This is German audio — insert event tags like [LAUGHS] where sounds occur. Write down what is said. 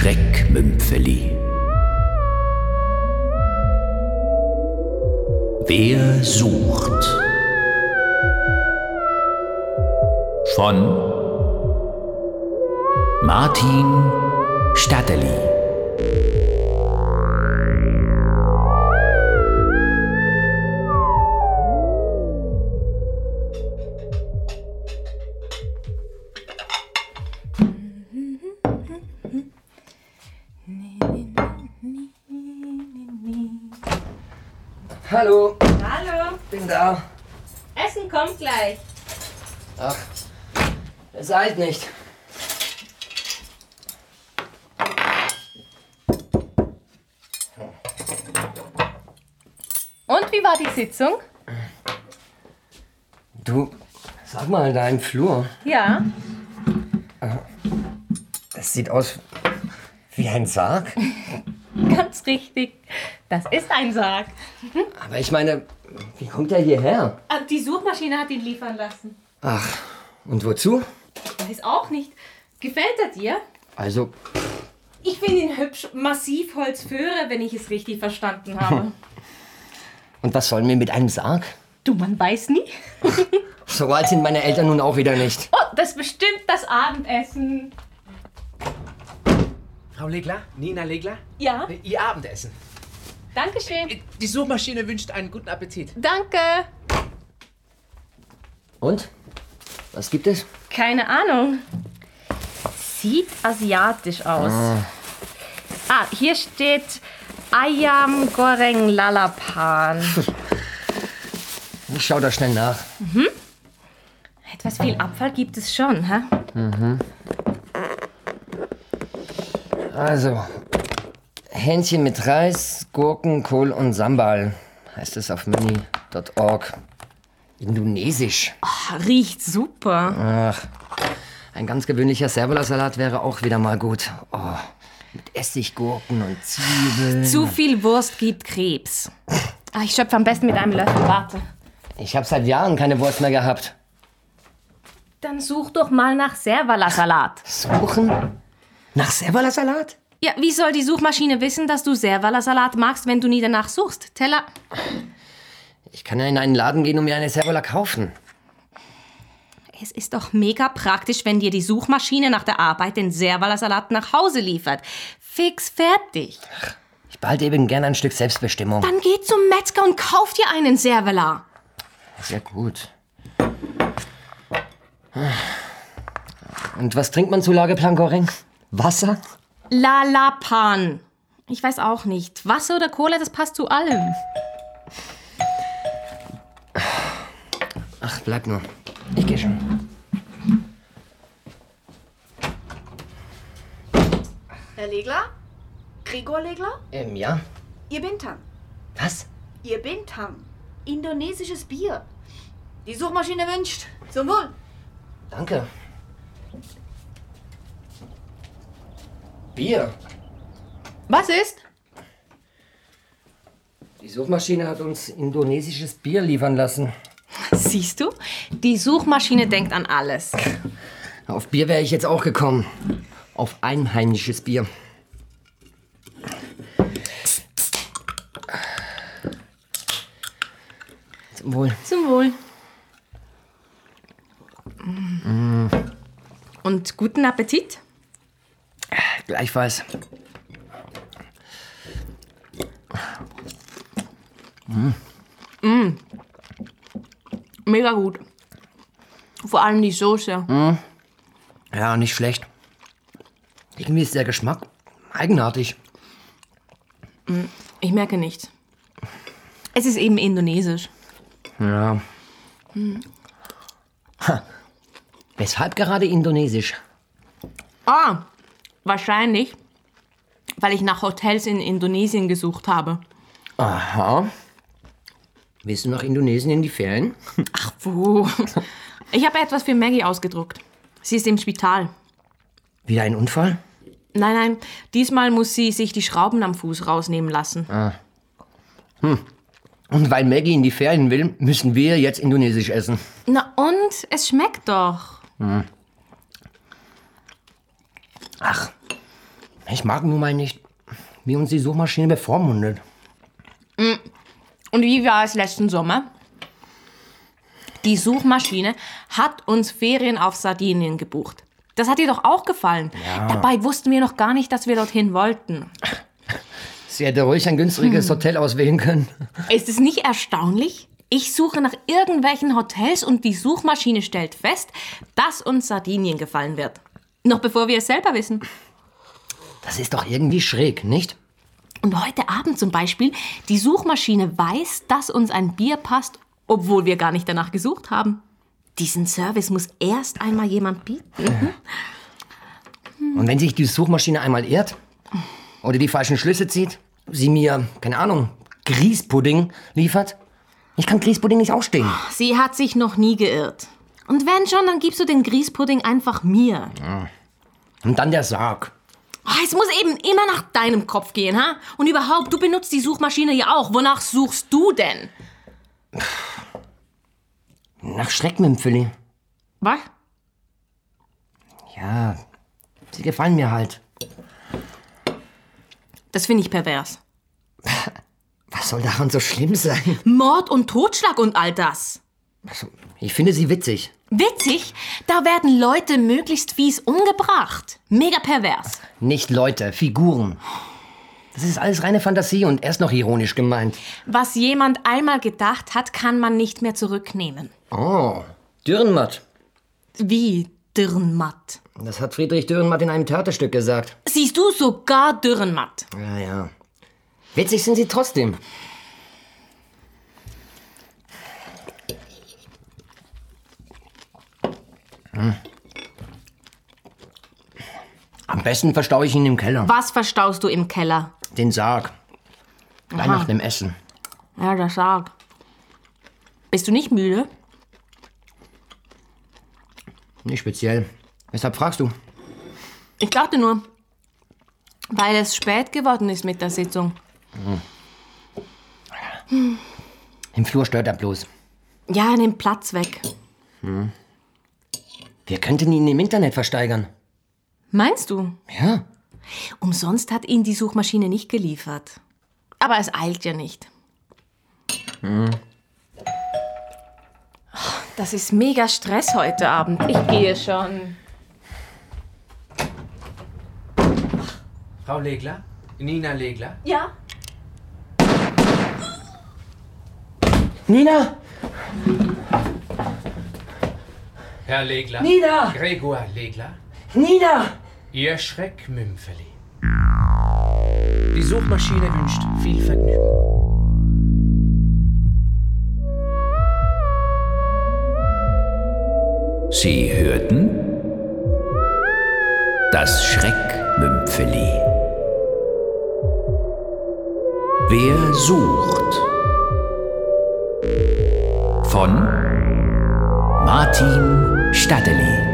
Schreckmümpfeli. Wer sucht? Von Martin Stadeli. Hallo, Hallo, bin da. Essen kommt gleich. Ach, es eilt nicht. Und wie war die Sitzung? Du, sag mal in deinem Flur. Ja, Das sieht aus wie ein Sarg. ganz richtig. Das ist ein Sarg. Aber ich meine, wie kommt der hierher? Ah, Die Suchmaschine hat ihn liefern lassen. Ach, und wozu? Weiß auch nicht. Gefällt er dir? Also, Ich finde ihn hübsch. Massivholzföhre, wenn ich es richtig verstanden [LAUGHS] habe. und was sollen wir mit einem Sarg? Du, man weiß nie. So alt sind meine Eltern nun auch wieder nicht. Oh, das bestimmt das Abendessen. Frau Legler, Nina Legler, Ja, Ihr Abendessen. danke schön. Die Suchmaschine wünscht einen guten Appetit. Danke. Und? Was gibt es? Keine Ahnung. Sieht asiatisch aus. Ah, hier steht Ayam Goreng [LAUGHS] Lalapan. Ich schau da schnell nach. Etwas viel Abfall gibt es schon, hä? Also, Hähnchen mit Reis, Gurken, Kohl und Sambal heißt es auf mini.org. Indonesisch. Riecht super. Ach, ein ganz gewöhnlicher Servola-Salat wäre auch wieder mal gut. Oh, mit Essiggurken und Zwiebeln. Zu viel Wurst gibt Krebs. Ah, ich schöpfe am besten mit einem Löffel. Warte. Ich habe seit Jahren keine Wurst mehr gehabt. Dann such doch mal nach Servala-Salat. Suchen? Nach Servola-Salat? Ja, wie soll die Suchmaschine wissen, dass du Servala-Salat magst, wenn du nie danach suchst? Teller. Ich kann ja in einen Laden gehen und mir eine Servola kaufen. Es ist doch mega praktisch, wenn dir die Suchmaschine nach der Arbeit den Servala-Salat nach Hause liefert. Fix fertig. Ich behalte eben gern ein Stück Selbstbestimmung. Dann geh zum Metzger und kauf dir einen Servala. Sehr gut. Und was trinkt man zu Lageplan Goreng? Wasser? Lalapan. Ich weiß auch nicht. Wasser oder Cola, das passt zu allem. Ach, bleib nur. Ich gehe schon. Herr Legler? Gregor Legler? Ähm, ja? Ihr Bintang. Was? Ihr Bintang. Indonesisches Bier. Die Suchmaschine wünscht. Zum Wohl. Danke. Bier. Was ist? Die Suchmaschine hat uns indonesisches Bier liefern lassen. Siehst du? Die Suchmaschine denkt an alles. Auf Bier wäre ich jetzt auch gekommen. Auf einheimisches Bier. Zum Wohl. Zum Wohl. Und guten Appetit. Gleichfalls. Mega gut. Vor allem die Soße. Ja, nicht schlecht. Irgendwie ist der Geschmack eigenartig. Ich merke nichts. Es ist eben indonesisch. Ja. Ha. Weshalb gerade indonesisch? Ah, wahrscheinlich, weil ich nach Hotels in Indonesien gesucht habe. Aha. Willst du nach Indonesien in die Ferien? Puh. [LAUGHS] Ich habe etwas für Maggie ausgedruckt. Sie ist im Spital. Wieder ein Unfall? Nein, nein, diesmal muss sie sich die Schrauben am Fuß rausnehmen lassen. Und weil Maggie in die Ferien will, müssen wir jetzt indonesisch essen. Na und? Es schmeckt doch. Ach, Ich mag nun mal nicht, wie uns die Suchmaschine bevormundet. Und wie war es letzten Sommer? Die Suchmaschine hat uns Ferien auf Sardinien gebucht. Das hat dir doch auch gefallen. Dabei wussten wir noch gar nicht, dass wir dorthin wollten. Sie hätte ruhig ein günstiges Hotel auswählen können. Ist es nicht erstaunlich? Ich suche nach irgendwelchen Hotels und die Suchmaschine stellt fest, dass uns Sardinien gefallen wird. Noch bevor wir es selber wissen. Das ist doch irgendwie schräg, nicht? Und heute Abend zum Beispiel, die Suchmaschine weiß, dass uns ein Bier passt, obwohl wir gar nicht danach gesucht haben. Diesen Service muss erst einmal jemand bieten. Und wenn sich die Suchmaschine einmal irrt oder die falschen Schlüsse zieht, sie mir, keine Ahnung, Grießpudding liefert, ich kann Grießpudding nicht ausstehen. Sie hat sich noch nie geirrt. Und wenn schon, dann gibst du den Grießpudding einfach mir. Und dann der Sarg. Oh, es muss eben immer nach deinem Kopf gehen, ha? Und überhaupt, du benutzt die Suchmaschine ja auch. Wonach suchst du denn? Nach Schreck mit dem Philly. Was? Ja, sie gefallen mir halt. Das finde ich pervers. Was soll daran so schlimm sein? Mord und Totschlag und all das. Ich finde sie witzig. Witzig, da werden Leute möglichst fies umgebracht. Mega pervers. Nicht Leute, Figuren. Das ist alles reine Fantasie und erst noch ironisch gemeint. Was jemand einmal gedacht hat, kann man nicht mehr zurücknehmen. Oh, Dürrenmatt. Wie Dürrenmatt. Das hat Friedrich Dürrenmatt in einem Theaterstück gesagt. Siehst du sogar Dürrenmatt? Ja, ja. Witzig sind sie trotzdem. Hm. Am besten verstaue ich ihn im Keller. Was verstaust du im Keller? Den Sarg. Gleich Aha. nach dem Essen. Ja, das Sarg. Bist du nicht müde? Nicht speziell. Weshalb fragst du? Ich dachte nur, weil es spät geworden ist mit der Sitzung. Im Flur stört er bloß. Ja, nimm Platz weg. Wir könnten ihn im Internet versteigern. Meinst du? Ja. Umsonst hat ihn die Suchmaschine nicht geliefert. Aber es eilt ja nicht. Das ist mega Stress heute Abend. Ich gehe schon. Frau Legler? Nina Legler? Ja? Nina! Herr Legler? Nina! Gregor Legler? Nina! Ihr Schreckmümpfeli. Die Suchmaschine wünscht viel Vergnügen. Sie hörten das Schreckmümpfeli. Wer sucht? Von Martin Stadeli.